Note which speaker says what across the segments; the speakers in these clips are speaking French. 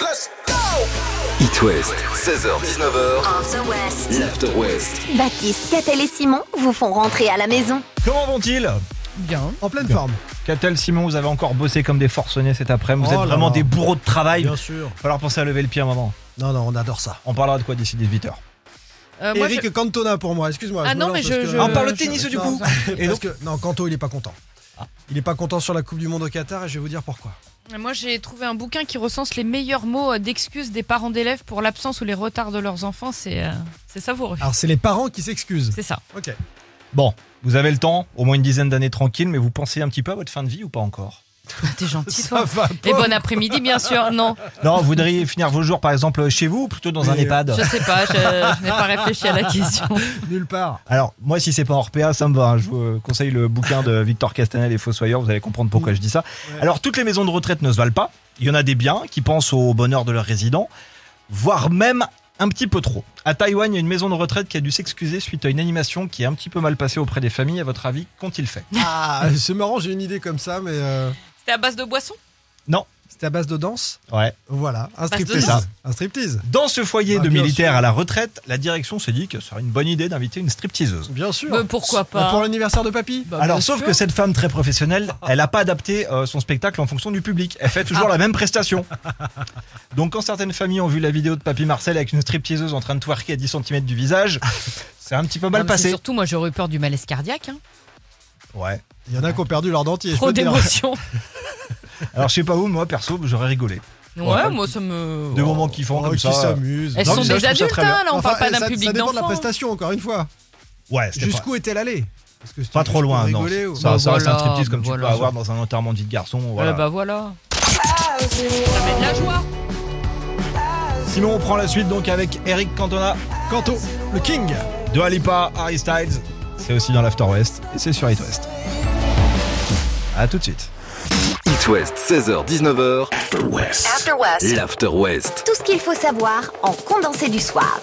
Speaker 1: Let's go
Speaker 2: It West, 16h-19h,
Speaker 3: After West.
Speaker 2: l'After West.
Speaker 3: Baptiste, Catel et Simon vous font rentrer à la maison.
Speaker 4: Comment vont-ils
Speaker 5: Bien.
Speaker 6: En pleine
Speaker 4: Bien.
Speaker 6: forme.
Speaker 4: Catel, Simon, vous avez encore bossé comme des forcenés cet après-midi. Vous
Speaker 6: Oh
Speaker 4: êtes
Speaker 6: là
Speaker 4: vraiment
Speaker 6: là.
Speaker 4: des bourreaux de travail.
Speaker 6: Bien sûr.
Speaker 4: Va falloir penser à lever le pied un moment.
Speaker 6: Non, non, on adore ça.
Speaker 4: On parlera de quoi d'ici 18h.
Speaker 5: Euh, moi,
Speaker 6: Eric
Speaker 5: je-
Speaker 6: Cantona pour moi, excuse-moi.
Speaker 5: Ah
Speaker 6: me
Speaker 5: non,
Speaker 6: lance
Speaker 5: mais
Speaker 6: parce
Speaker 5: je-
Speaker 6: que-
Speaker 5: je- On parle
Speaker 4: de tennis,
Speaker 6: je-
Speaker 4: du
Speaker 6: non,
Speaker 4: coup. Et
Speaker 6: parce que, non, Canto, il est pas content. Il est pas content sur la Coupe du Monde au Qatar et je vais vous dire pourquoi.
Speaker 5: moi, j'ai trouvé un bouquin qui recense les meilleurs mots euh, d'excuses des parents d'élèves pour l'absence ou les retards de leurs enfants. C'est euh, c'est savoureux.
Speaker 6: Alors, c'est les parents qui s'excusent.
Speaker 5: C'est ça.
Speaker 6: Ok.
Speaker 4: Bon, vous avez le temps, au moins une dizaine d'années tranquille, mais vous pensez un petit peu à votre fin de vie ou pas encore
Speaker 5: Ah, T'es gentil,
Speaker 6: Ça va
Speaker 5: Et
Speaker 6: pas.
Speaker 5: bon après-midi, bien sûr. Non,
Speaker 4: Non, vous voudriez finir vos jours par exemple chez vous ou plutôt dans un
Speaker 6: Euh, Mais, euh,
Speaker 4: EHPAD
Speaker 5: je sais pas. Je, je n'ai pas réfléchi à la question.
Speaker 6: Nulle part.
Speaker 4: Alors, moi, si c'est pas en RPA, ça me va. hein. Je vous conseille le bouquin de Victor Castanel et Fossoyeur. Vous allez comprendre pourquoi je dis ça.
Speaker 6: Ouais.
Speaker 4: Alors, toutes les maisons de retraite ne se valent pas. Il y en a des biens qui pensent au bonheur de leurs résidents, voire même un petit peu trop. À Taïwan, il y a une maison de retraite qui a dû s'excuser suite à une animation qui est un petit peu mal passée auprès des familles. À votre avis, qu'ont-ils fait
Speaker 6: Ah, c'est marrant, j'ai une idée comme ça, mais euh,
Speaker 5: C'était à base de boissons.
Speaker 6: c'était à base de danse.
Speaker 4: Ouais.
Speaker 6: Voilà, un
Speaker 5: Base de
Speaker 6: striptease.
Speaker 4: danse.
Speaker 6: Un striptease.
Speaker 4: Dans ce foyer
Speaker 6: Ah,
Speaker 4: de
Speaker 6: bien
Speaker 4: militaires
Speaker 6: sûr.
Speaker 4: à la retraite, la direction s'est dit que ce serait une bonne idée d'inviter une stripteaseuse.
Speaker 6: Bien sûr.
Speaker 5: Mais pourquoi pas
Speaker 6: Pour l'anniversaire de papy.
Speaker 5: Bah,
Speaker 4: Alors,
Speaker 5: bien
Speaker 4: sauf
Speaker 5: sûr.
Speaker 4: que cette femme très professionnelle, elle n'a pas adapté euh, son spectacle en fonction du public. Elle fait
Speaker 5: Ah.
Speaker 4: toujours la même prestation. Donc, quand certaines familles ont vu la vidéo de Papy Marcel avec une stripteaseuse en train de twerker à 10 cm du visage, c'est un petit peu
Speaker 5: Non,
Speaker 4: mal
Speaker 5: mais c'est
Speaker 4: passé.
Speaker 5: Surtout, moi, j'aurais eu peur du malaise cardiaque. hein.
Speaker 4: Ouais.
Speaker 6: Il y en a qui ont perdu leur dentier. je
Speaker 5: Trop
Speaker 6: peux te dire.
Speaker 5: d'émotions.
Speaker 4: Alors, je sais pas où, moi, perso, j'aurais rigolé.
Speaker 5: Ouais, moi, ça me.
Speaker 4: Des moments qui font
Speaker 6: Oh,
Speaker 4: comme
Speaker 6: qui
Speaker 4: ça. euh,
Speaker 6: s'amusent.
Speaker 5: Elles
Speaker 4: Non,
Speaker 5: sont
Speaker 4: mais ça, je
Speaker 5: des
Speaker 4: trouve ça
Speaker 5: adultes,
Speaker 4: très bien.
Speaker 5: hein, là, on
Speaker 6: Enfin, eh,
Speaker 5: parle pas d'un
Speaker 6: ça-
Speaker 5: public
Speaker 6: Ça dépend de la
Speaker 5: d'enfants. hein.
Speaker 6: prestation, encore une fois.
Speaker 4: euh, Ouais, c'était pas,
Speaker 6: Jusqu'où était l'allée Parce que c'était
Speaker 4: pas trop
Speaker 6: juste pour
Speaker 4: loin, non.
Speaker 6: rigoler ou-
Speaker 4: Ça,
Speaker 5: Bah
Speaker 4: ça reste un
Speaker 5: voilà,
Speaker 4: striptease comme
Speaker 5: bah
Speaker 4: tu
Speaker 5: voilà.
Speaker 4: peux avoir dans un enterrement de vie de garçon. voilà.
Speaker 5: Ouais, bah voilà.
Speaker 6: Ah,
Speaker 5: Ça met de la joie.
Speaker 4: Sinon, on prend la suite donc avec Eric Cantona,
Speaker 6: Canto, le King.
Speaker 4: de Alipa, Harry Styles. C'est aussi dans l'After West et c'est sur It West. A tout de suite.
Speaker 2: It West, 16h-19h,
Speaker 3: After West.
Speaker 2: l'After West.
Speaker 3: Tout ce qu'il faut savoir en condensé du soir.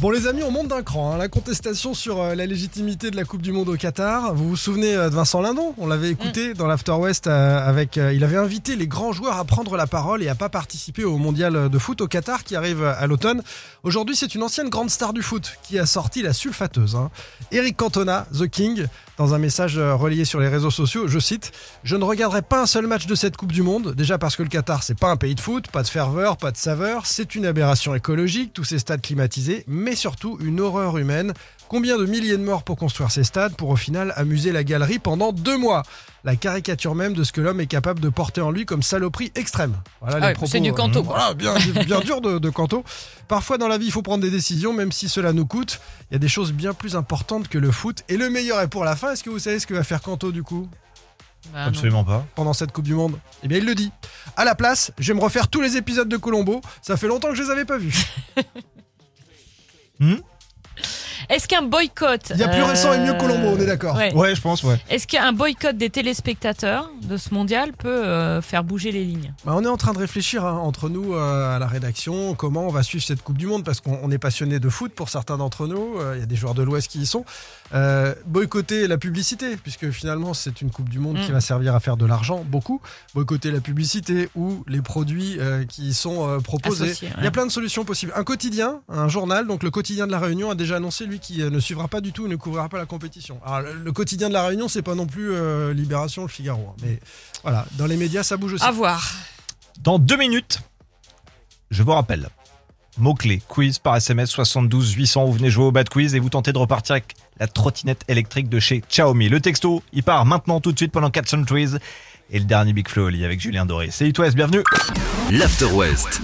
Speaker 6: Bon les amis, on monte d'un cran. hein. La contestation sur euh, la légitimité de la Coupe du Monde au Qatar. Vous vous souvenez euh, de Vincent Lindon On l'avait écouté dans l'After West euh, avec. euh, il avait invité les grands joueurs à prendre la parole et à pas participer au mondial de foot au Qatar qui arrive euh, à l'automne. Aujourd'hui, c'est une ancienne grande star du foot qui a sorti la sulfateuse. hein. Eric Cantona, The King, dans un message euh, relayé sur les réseaux sociaux, je cite Je ne regarderai pas un seul match de cette Coupe du Monde, déjà parce que le Qatar, c'est pas un pays de foot, pas de ferveur, pas de saveur, c'est une aberration écologique, tous ces stades climatisés, mais surtout une horreur humaine. Combien de milliers de morts pour construire ces stades, pour au final amuser la galerie pendant deux mois La caricature même de ce que l'homme est capable de porter en lui comme saloperie extrême. Voilà
Speaker 5: Ah
Speaker 6: les
Speaker 5: ouais,
Speaker 6: propos. euh,
Speaker 5: c'est du canto, quoi.
Speaker 6: Voilà, Ah, bien, bien dur de, de canto. Parfois dans la vie, il faut prendre des décisions, même si cela nous coûte. Il y a des choses bien plus importantes que le foot. Et le meilleur est pour la fin. Est-ce que vous savez ce que va faire Canto du coup
Speaker 5: Bah, non.
Speaker 4: pas.
Speaker 6: pendant cette Coupe du Monde Eh bien, il le dit. À la place, je vais me refaire tous les épisodes de Colombo. Ça fait longtemps que je les avais pas vus.
Speaker 5: Est-ce qu'un boycott.
Speaker 6: Il y a plus
Speaker 5: euh,
Speaker 6: récent et mieux Colombo, on est d'accord.
Speaker 5: ouais.
Speaker 4: Ouais, je pense, ouais.
Speaker 5: Est-ce qu'un boycott des téléspectateurs de ce mondial peut euh, faire bouger les lignes
Speaker 6: Bah, on est en train de réfléchir hein, entre nous euh, à la rédaction comment on va suivre cette Coupe du Monde parce qu'on on est passionné de foot pour certains d'entre nous. Euh, Il y a des joueurs de l'Ouest qui y sont. Euh, boycotter la publicité puisque finalement c'est une Coupe du Monde
Speaker 5: Mm.
Speaker 6: qui va servir à faire de l'argent beaucoup. Boycotter la publicité ou les produits euh, qui y sont euh, proposés.
Speaker 5: Associés,
Speaker 6: Il y
Speaker 5: ouais.
Speaker 6: a plein de solutions possibles. Un quotidien, un journal, donc le quotidien de la Réunion a déjà annoncé lui qui euh, ne suivra pas du tout et ne couvrira pas la compétition. Alors le, le quotidien de la Réunion c'est pas non plus euh, Libération, le Figaro, hein. mais voilà dans les médias ça bouge aussi.
Speaker 5: À voir.
Speaker 4: Dans deux minutes, je vous rappelle. Mot-clé, quiz par SMS 72 800. Vous venez jouer au bad quiz et vous tentez de repartir avec la trottinette électrique de chez Xiaomi. Le texto, il part maintenant tout de suite pendant 4 centuries. Et le dernier Big Flow au lit avec Julien Doré. C'est It West, bienvenue.
Speaker 2: L'After West,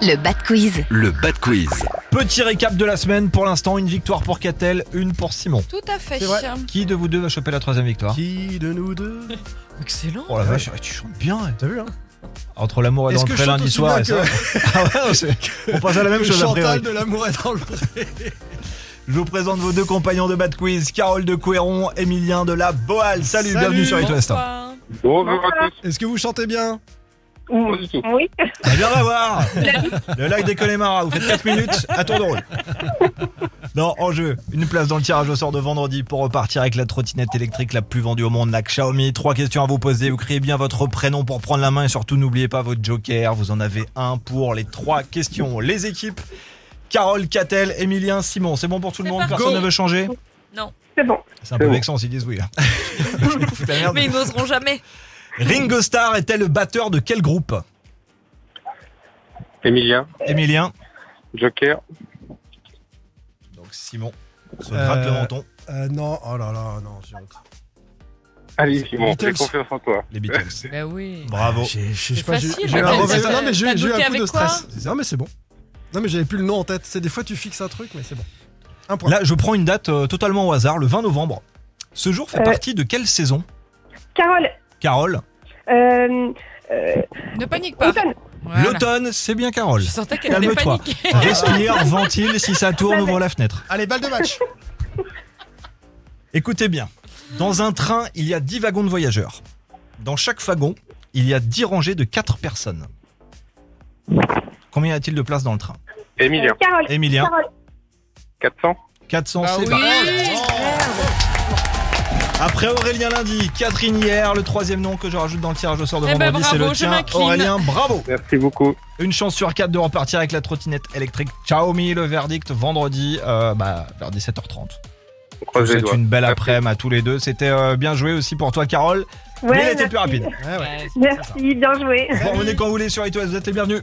Speaker 3: Le Bad Quiz.
Speaker 2: le Bad Quiz.
Speaker 4: Petit récap de la semaine. Pour l'instant, une victoire pour Catel, une pour Simon.
Speaker 5: Tout à fait.
Speaker 6: C'est vrai.
Speaker 4: Qui de vous deux va choper la troisième victoire
Speaker 6: Qui de nous deux
Speaker 5: Excellent.
Speaker 4: Oh la vache, tu chantes bien. ouais.
Speaker 6: T'as vu hein
Speaker 4: Entre l'amour et
Speaker 6: Est-ce que
Speaker 4: l'entrée
Speaker 6: je chante
Speaker 4: lundi
Speaker 6: aussi
Speaker 4: soir
Speaker 6: bien
Speaker 4: et ça.
Speaker 6: que,
Speaker 4: Ah ouais, on s'est- on passe à la même
Speaker 6: que
Speaker 4: chose après.
Speaker 6: Chantal de l'amour est dans le pré
Speaker 4: Je vous présente vos deux compagnons de Bad Quiz, Carole de Couéron, Emilien de la Boal. Salut,
Speaker 6: Salut,
Speaker 4: bienvenue sur It West.
Speaker 5: Bonsoir.
Speaker 7: Bonjour à tous.
Speaker 6: Est-ce que vous chantez bien
Speaker 1: Ou- Oui.
Speaker 4: Eh bien, on va voir Le lac des Connemara, vous faites 4 minutes à tour de rôle. Non, en jeu, une place dans le tirage au sort de vendredi pour repartir avec la trottinette électrique la plus vendue au monde, la Xiaomi. Trois questions à vous poser, vous criez bien votre prénom pour prendre la main et surtout n'oubliez pas votre joker, vous en avez un pour les trois questions. Les équipes, Carole, Catel, Emilien, Simon, c'est bon pour tout le
Speaker 5: C'est
Speaker 4: monde
Speaker 5: parti.
Speaker 4: Personne ne veut changer
Speaker 1: C'est bon.
Speaker 4: C'est un peu
Speaker 1: bon.
Speaker 4: vexant s'ils disent oui là. Je me fous de la merde.
Speaker 5: Mais ils n'oseront jamais.
Speaker 4: Ringo Starr était le batteur de quel groupe
Speaker 1: Emilien,
Speaker 4: Emilien,
Speaker 1: Joker,
Speaker 4: donc Simon, se gratte
Speaker 6: Euh,
Speaker 4: le menton.
Speaker 6: Euh, non, oh là là, non, j'ai honte.
Speaker 1: allez Simon,
Speaker 6: Beatles.
Speaker 1: j'ai confiance en toi.
Speaker 4: Les Beatles.
Speaker 5: Bah oui.
Speaker 4: Bravo.
Speaker 6: Ah, J'ai- j'ai- je
Speaker 5: C'est
Speaker 6: sais pas, j'ai-
Speaker 5: facile,
Speaker 6: j'ai eu
Speaker 4: mais
Speaker 6: un
Speaker 4: t'as-
Speaker 6: mauvais-
Speaker 5: t'as-
Speaker 6: Non, mais j'ai
Speaker 5: t'as
Speaker 6: j'ai eu un
Speaker 5: douté
Speaker 6: coup de
Speaker 5: avec quoi
Speaker 6: stress. Non, mais c'est bon. Non, mais j'avais plus le nom en tête. C'est des fois, tu fixes un truc, mais c'est bon. Un point.
Speaker 4: Là, je prends une date euh, totalement au hasard, le 20 novembre. Ce jour fait
Speaker 1: Euh.
Speaker 4: partie de quelle saison
Speaker 1: Carole,
Speaker 4: Carole
Speaker 1: euh, euh,
Speaker 5: Ne panique pas.
Speaker 1: Newton,
Speaker 5: Voilà.
Speaker 4: L'automne, c'est bien Carole.
Speaker 5: Je sentais qu'elle allait
Speaker 4: Calme-toi.
Speaker 5: paniquer.
Speaker 4: Respire, ventile, si ça tourne, ouvre la fenêtre.
Speaker 6: Allez, balle de match.
Speaker 4: Écoutez bien. Dans un train, il y a 10 wagons de voyageurs. Dans chaque wagon, il y a 10 rangées de 4 personnes. Combien y a-t-il de places dans le train
Speaker 1: Emilien,
Speaker 7: Euh, Carole,
Speaker 4: Emilien,
Speaker 7: Carole,
Speaker 1: 400.
Speaker 4: 400,
Speaker 5: Bah
Speaker 4: c'est
Speaker 5: oui.
Speaker 4: parti. Après Aurélien lundi, Catherine hier, le troisième nom que je rajoute dans le tirage au sort de
Speaker 5: Eh ben
Speaker 4: vendredi, c'est
Speaker 5: bravo,
Speaker 4: le
Speaker 5: je
Speaker 4: tien.
Speaker 5: m'incline.
Speaker 4: Aurélien, bravo
Speaker 1: Merci beaucoup.
Speaker 4: Une chance sur quatre de repartir avec la trottinette électrique Xiaomi. Le verdict vendredi euh, bah, vers 17h30.
Speaker 1: On croise les
Speaker 4: C'est
Speaker 1: doigts.
Speaker 4: une belle après-midi à tous les deux. C'était euh, bien joué aussi pour toi, Carole. mais elle
Speaker 7: Ouais,
Speaker 4: était
Speaker 7: merci,
Speaker 4: plus rapide.
Speaker 6: Ouais, ouais.
Speaker 7: merci, bien joué.
Speaker 4: Vous revenez quand vous voulez sur iTunes. Vous êtes les bienvenus.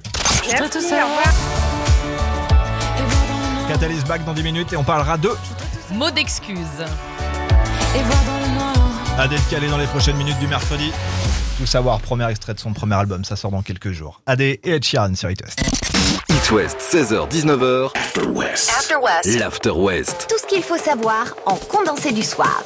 Speaker 7: Merci,
Speaker 8: tout
Speaker 7: au
Speaker 8: ça.
Speaker 7: revoir.
Speaker 4: Catalyse back dans 10 minutes et on parlera de
Speaker 5: Mot d'excuse.
Speaker 8: Et voir dans le noir.
Speaker 4: à décaler dans les prochaines minutes du mercredi. Tout savoir, premier extrait de son premier album. Ça sort dans quelques jours. AD et Ed Sheeran sur iTunes.
Speaker 2: It West, 16h-19h,
Speaker 3: After West.
Speaker 2: l'After West.
Speaker 3: Tout ce qu'il faut savoir en condensé du soir.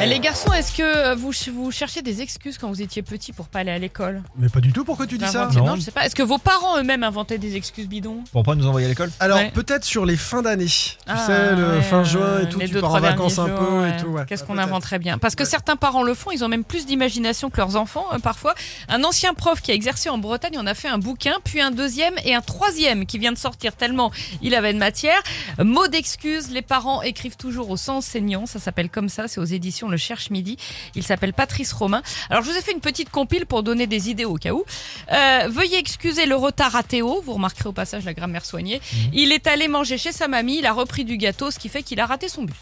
Speaker 5: Eh, Les garçons, est-ce que euh, vous, ch- vous cherchez des excuses quand vous étiez petit pour pas aller à l'école
Speaker 6: Mais pas du tout, pourquoi tu dis ça
Speaker 5: Inventer-
Speaker 4: non.
Speaker 5: je sais pas. Est-ce que vos parents eux-mêmes inventaient des excuses bidons
Speaker 4: Pour pas nous envoyer à l'école
Speaker 6: Alors,
Speaker 5: Ouais.
Speaker 6: peut-être sur les fins d'année. Tu
Speaker 5: Ah,
Speaker 6: sais, le
Speaker 5: ouais,
Speaker 6: fin
Speaker 5: euh,
Speaker 6: juin et tout,
Speaker 5: les
Speaker 6: tu
Speaker 5: deux,
Speaker 6: pars en
Speaker 5: trois
Speaker 6: vacances un
Speaker 5: derniers
Speaker 6: peu
Speaker 5: jours,
Speaker 6: et tout. ouais.
Speaker 5: Qu'est-ce
Speaker 6: Ah,
Speaker 5: qu'on
Speaker 6: peut-être.
Speaker 5: inventerait bien Parce que
Speaker 6: Ouais.
Speaker 5: certains parents le font, ils ont même plus d'imagination que leurs enfants euh, parfois. Un ancien prof qui a exercé en Bretagne en a fait un bouquin, puis un deuxième et un troisième qui vient de sortir tellement il avait de matière. Mot d'excuse, les parents écrivent toujours aux enseignants, ça s'appelle comme ça, c'est aux éditions Le Cherche Midi. Il s'appelle Patrice Romain. Alors je vous ai fait une petite compile pour donner des idées au cas où. Euh, veuillez excuser le retard à Théo, vous remarquerez au passage la grammaire soignée. Il est allé manger chez sa mamie, il a repris du gâteau, ce qui fait qu'il a raté son bus.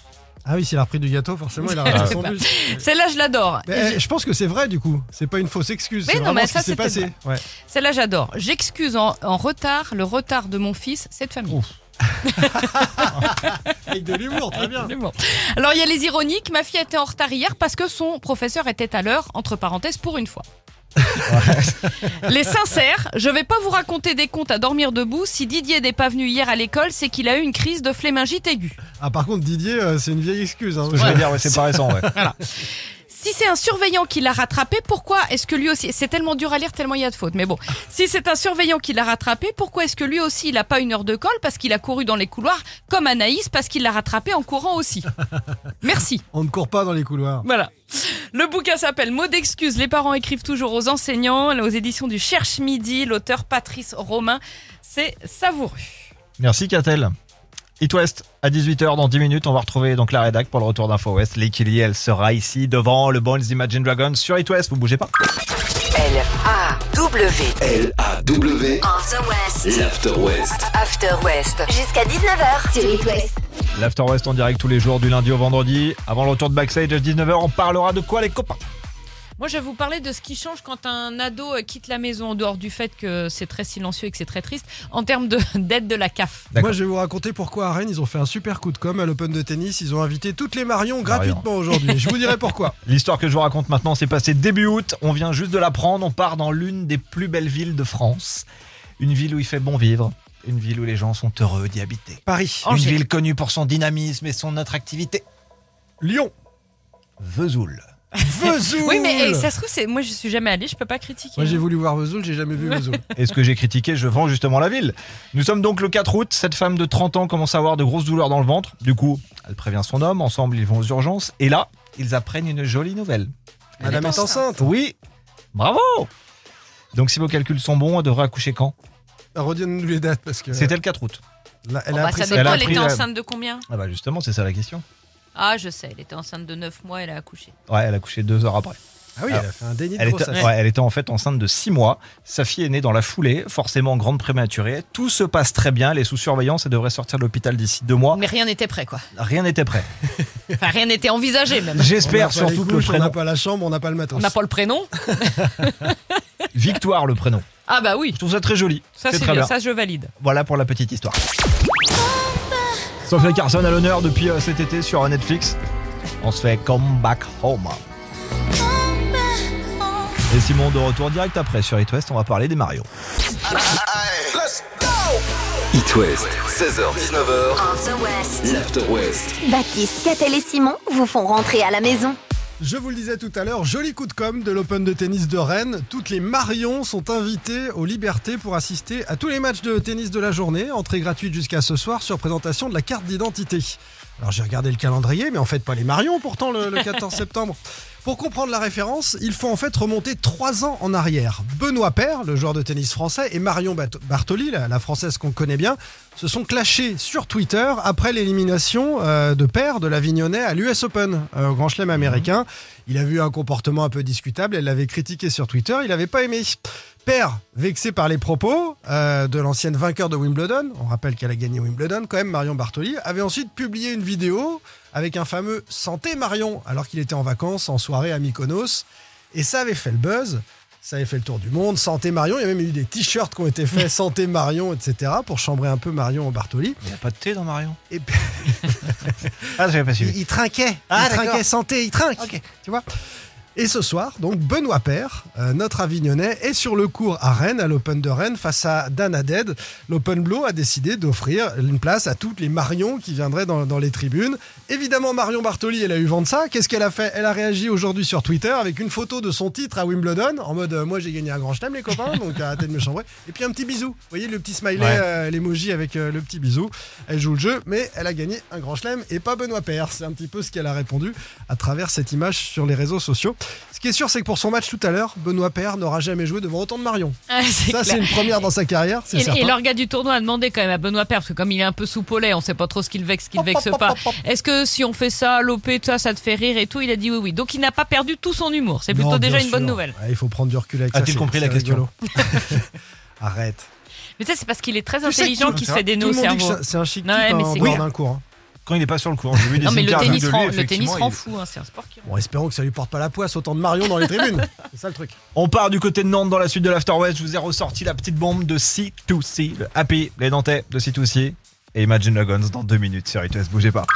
Speaker 6: Ah oui, s'il a repris du gâteau, forcément, il a raté
Speaker 4: Ah.
Speaker 6: son bus.
Speaker 5: Celle-là, je l'adore.
Speaker 6: Mais, eh, je pense que c'est vrai du coup, c'est pas une fausse excuse,
Speaker 5: Mais
Speaker 6: c'est
Speaker 5: non,
Speaker 6: vraiment
Speaker 5: mais
Speaker 6: ce
Speaker 5: ça,
Speaker 6: qui s'est
Speaker 5: c'était
Speaker 6: passé. Ouais.
Speaker 5: Celle-là, j'adore. J'excuse en, en retard le retard de mon fils, cette famille.
Speaker 6: Avec de l'humour, très bien.
Speaker 5: Absolument. Alors, il y a les ironiques. Ma fille était en retard hier parce que son professeur était à l'heure, entre parenthèses, pour une fois. les sincères, je vais pas vous raconter des contes à dormir debout. Si Didier n'est pas venu hier à l'école, c'est qu'il a eu une crise de flémingite aiguë.
Speaker 6: Ah par contre Didier, euh, c'est une vieille excuse. hein.
Speaker 4: Ce que je vais dire, ouais, c'est pas récent, ouais.
Speaker 5: Si c'est un surveillant qui l'a rattrapé, pourquoi est-ce que lui aussi... C'est tellement dur à lire, tellement il y a de fautes. Mais bon, si c'est un surveillant qui l'a rattrapé, pourquoi est-ce que lui aussi, il n'a pas une heure de colle parce qu'il a couru dans les couloirs, comme Anaïs, parce qu'il l'a rattrapé en courant aussi Merci.
Speaker 6: On ne court pas dans les couloirs.
Speaker 5: Voilà. Le bouquin s'appelle Mots d'excuses. Les parents écrivent toujours aux enseignants, aux éditions du Cherche Midi, l'auteur Patrice Romain. C'est savoureux.
Speaker 4: Merci Catel. It West à 18h dans 10 minutes, on va retrouver donc la rédac pour le retour d'Info West. L'équipe elle sera ici devant le Bones Imagine Dragons sur It West, vous bougez pas.
Speaker 9: L-A-W.
Speaker 2: L-A-W,
Speaker 3: After West.
Speaker 2: l'After West.
Speaker 9: After West.
Speaker 3: Jusqu'à 19h sur It West.
Speaker 4: L'After West en direct tous les jours du lundi au vendredi. Avant le retour de backstage à 19h, on parlera de quoi les copains
Speaker 5: Moi, je vais vous parler de ce qui change quand un ado euh, quitte la maison, en dehors du fait que c'est très silencieux et que c'est très triste, en termes de- d'aide de la CAF.
Speaker 4: D'accord.
Speaker 6: Moi je vais vous raconter pourquoi à Rennes ils ont fait un super coup de com à l'Open de tennis, ils ont invité toutes les Marions gratuitement aujourd'hui. Je vous dirai pourquoi.
Speaker 4: L'histoire que je vous raconte maintenant s'est passée début août, on vient juste de l'apprendre, on part dans l'une des plus belles villes de France. Une ville où il fait bon vivre, une ville où les gens sont heureux d'y habiter.
Speaker 6: Paris,
Speaker 4: Une
Speaker 5: Angers.
Speaker 4: ville connue pour son dynamisme et son attractivité.
Speaker 6: Lyon,
Speaker 4: Vesoul.
Speaker 6: Vesoul.
Speaker 5: Oui, mais eh, ça se trouve, c'est- moi, je suis jamais allée, je peux pas critiquer.
Speaker 6: Moi j'ai voulu voir Vesoul, j'ai jamais vu Vesoul.
Speaker 4: Et ce que j'ai critiqué, je vends justement la ville. Nous sommes donc le 4 août. Cette femme de 30 ans commence à avoir de grosses douleurs dans le ventre. Du coup, elle prévient son homme. Ensemble, ils vont aux urgences. Et là, ils apprennent une jolie nouvelle.
Speaker 6: Madame est enceinte.
Speaker 4: Oui, bravo Donc si vos calculs sont bons, elle devrait accoucher quand
Speaker 6: Redonne-nous les dates parce que.
Speaker 4: C'était le 4 août.
Speaker 6: là, elle
Speaker 5: Bon,
Speaker 6: a
Speaker 5: bah,
Speaker 6: appris
Speaker 5: ça
Speaker 6: ça.
Speaker 4: Elle a
Speaker 5: dépend, elle
Speaker 4: appris,
Speaker 5: était
Speaker 4: euh,
Speaker 5: enceinte de combien
Speaker 4: Ah bah justement, c'est ça la question.
Speaker 5: Ah, je sais, elle était enceinte de 9 mois, elle a accouché.
Speaker 4: Ouais, elle a accouché deux heures après.
Speaker 6: Ah oui, elle a fait un déni de
Speaker 4: Elle était,
Speaker 6: grossesse.
Speaker 4: ouais, elle était en fait enceinte de 6 mois. Sa fille est née dans la foulée, forcément grande prématurée. Tout se passe très bien. Elle est sous surveillance et devrait sortir de l'hôpital d'ici deux mois.
Speaker 5: Mais rien n'était prêt, quoi.
Speaker 4: Rien n'était prêt.
Speaker 5: Enfin, rien n'était envisagé, même.
Speaker 6: On n'a
Speaker 4: J'espère
Speaker 6: pas les
Speaker 4: surtout que le
Speaker 6: couches, On n'a
Speaker 4: prénom.
Speaker 6: pas la chambre, on n'a pas le
Speaker 5: On
Speaker 6: matos.
Speaker 5: n'a pas le prénom.
Speaker 4: Victoire, le prénom.
Speaker 5: Ah, bah oui,
Speaker 4: Je trouve ça très joli.
Speaker 5: ça
Speaker 4: C'est
Speaker 5: c'est
Speaker 4: très
Speaker 5: bien,
Speaker 4: bien.
Speaker 5: ça je valide.
Speaker 4: Voilà pour la petite histoire. Sophie Carson à l'honneur depuis euh, cet été sur euh, Netflix. On se fait Come Back Home. Et Simon de retour direct après sur It West, on va parler des Mario.
Speaker 2: It West, 16h-19h,
Speaker 3: After West.
Speaker 2: l'After West.
Speaker 3: Baptiste, Catel et Simon vous font rentrer à la maison.
Speaker 6: Je vous le disais tout à l'heure, joli coup de com' de l'Open de tennis de Rennes. Toutes les Marions sont invitées aux Libertés pour assister à tous les matchs de tennis de la journée. Entrée gratuite jusqu'à ce soir sur présentation de la carte d'identité. Alors j'ai regardé le calendrier, mais en fait pas les Marions pourtant le, le 14 septembre. Pour comprendre la référence, il faut en fait remonter trois ans en arrière. Benoît Paire, le joueur de tennis français, et Marion Bat- Bartoli, la, la française qu'on connaît bien, se sont clashés sur Twitter après l'élimination euh, de Paire de l'Avignonnais à l'US Open, euh, au Grand Chelem américain. Il avait eu un comportement un peu discutable, elle l'avait critiqué sur Twitter, il n'avait pas aimé. Père, vexé par les propos euh, de l'ancienne vainqueur de Wimbledon, on rappelle qu'elle a gagné Wimbledon quand même, Marion Bartoli, avait ensuite publié une vidéo avec un fameux Santé Marion, alors qu'il était en vacances, en soirée à Mykonos, et ça avait fait le buzz, ça avait fait le tour du monde, Santé Marion, il y a même eu des t-shirts qui ont été faits, Santé Marion, etc., pour chambrer un peu Marion Bartoli.
Speaker 4: Il n'y a pas de thé dans Mario
Speaker 6: Et puis-
Speaker 4: Ah, j'avais pas suivi.
Speaker 6: il, il trinquait.
Speaker 4: Ah,
Speaker 6: il
Speaker 4: d'accord.
Speaker 6: trinquait santé, il trinque. Tu vois et ce soir, donc Benoît Père, notre Avignonnais, est sur le cours à Rennes, à l'Open de Rennes, face à Dana Dead. L'Open Blow a décidé d'offrir une place à toutes les Marions qui viendraient dans, dans les tribunes. Évidemment, Marion Bartoli, elle a eu vent de ça. Qu'est-ce qu'elle a fait Elle a réagi aujourd'hui sur Twitter avec une photo de son titre à Wimbledon, en mode euh, Moi j'ai gagné un grand chelem, les copains, donc euh, arrêtez de me chambrer. Et puis un petit bisou. Vous voyez le petit smiley,
Speaker 4: Ouais.
Speaker 6: euh, l'emoji avec euh, le petit bisou. Elle joue le jeu, mais elle a gagné un grand chelem et pas Benoît Paire. C'est un petit peu ce qu'elle a répondu à travers cette image sur les réseaux sociaux. Ce qui est sûr, c'est que pour son match tout à l'heure, Benoît Paire n'aura jamais joué devant autant de Marion.
Speaker 5: Ah, c'est
Speaker 6: Ça,
Speaker 5: clair.
Speaker 6: c'est une première dans sa carrière, c'est
Speaker 5: Et, et
Speaker 6: certain.
Speaker 5: l'orga du tournoi a demandé quand même à Benoît Père, parce que comme il est un peu soupolé, on sait pas trop ce qu'il vexe, ce qu'il vexe pas. Est-ce que si on fait ça, l'OP, tout ça, ça te fait rire et tout Il a dit oui, oui. Donc il n'a pas perdu tout son humour. C'est plutôt
Speaker 6: Non,
Speaker 5: déjà
Speaker 6: bien
Speaker 5: une bonne
Speaker 6: sûr.
Speaker 5: nouvelle.
Speaker 6: Ouais, il faut prendre du recul avec ça.
Speaker 4: A-t-il
Speaker 6: c'est-
Speaker 4: compris la
Speaker 6: c'est
Speaker 4: question
Speaker 6: rigolo. Arrête.
Speaker 5: Mais ça, c'est parce qu'il est très
Speaker 6: Tu sais que
Speaker 5: intelligent
Speaker 6: tout-
Speaker 5: qu'il se fait des
Speaker 6: Tout
Speaker 5: nœuds au
Speaker 6: le monde dit que
Speaker 5: cerveau.
Speaker 6: c'est- c'est un chic
Speaker 5: Ouais,
Speaker 6: type,
Speaker 5: mais
Speaker 6: hein, en
Speaker 5: c'est
Speaker 6: dehors
Speaker 4: clair.
Speaker 6: d'un cours. hein.
Speaker 4: Quand il n'est pas sur le cours, j'ai vu des
Speaker 5: Non, mais le
Speaker 4: interviews
Speaker 5: tennis,
Speaker 4: de lui,
Speaker 5: rend, le
Speaker 4: effectivement,
Speaker 5: tennis
Speaker 4: il-
Speaker 5: rend fou, hein, c'est un sport qui rend.
Speaker 6: Bon, espérons que ça lui porte pas la poisse autant de Marion dans les tribunes. c'est ça le truc.
Speaker 4: On part du côté de Nantes dans la suite de l'After West. Je vous ai ressorti la petite bombe de C2C, le Happy, les Nantais de C2C. Et Imagine Dragons dans deux minutes sur It West. Bougez pas.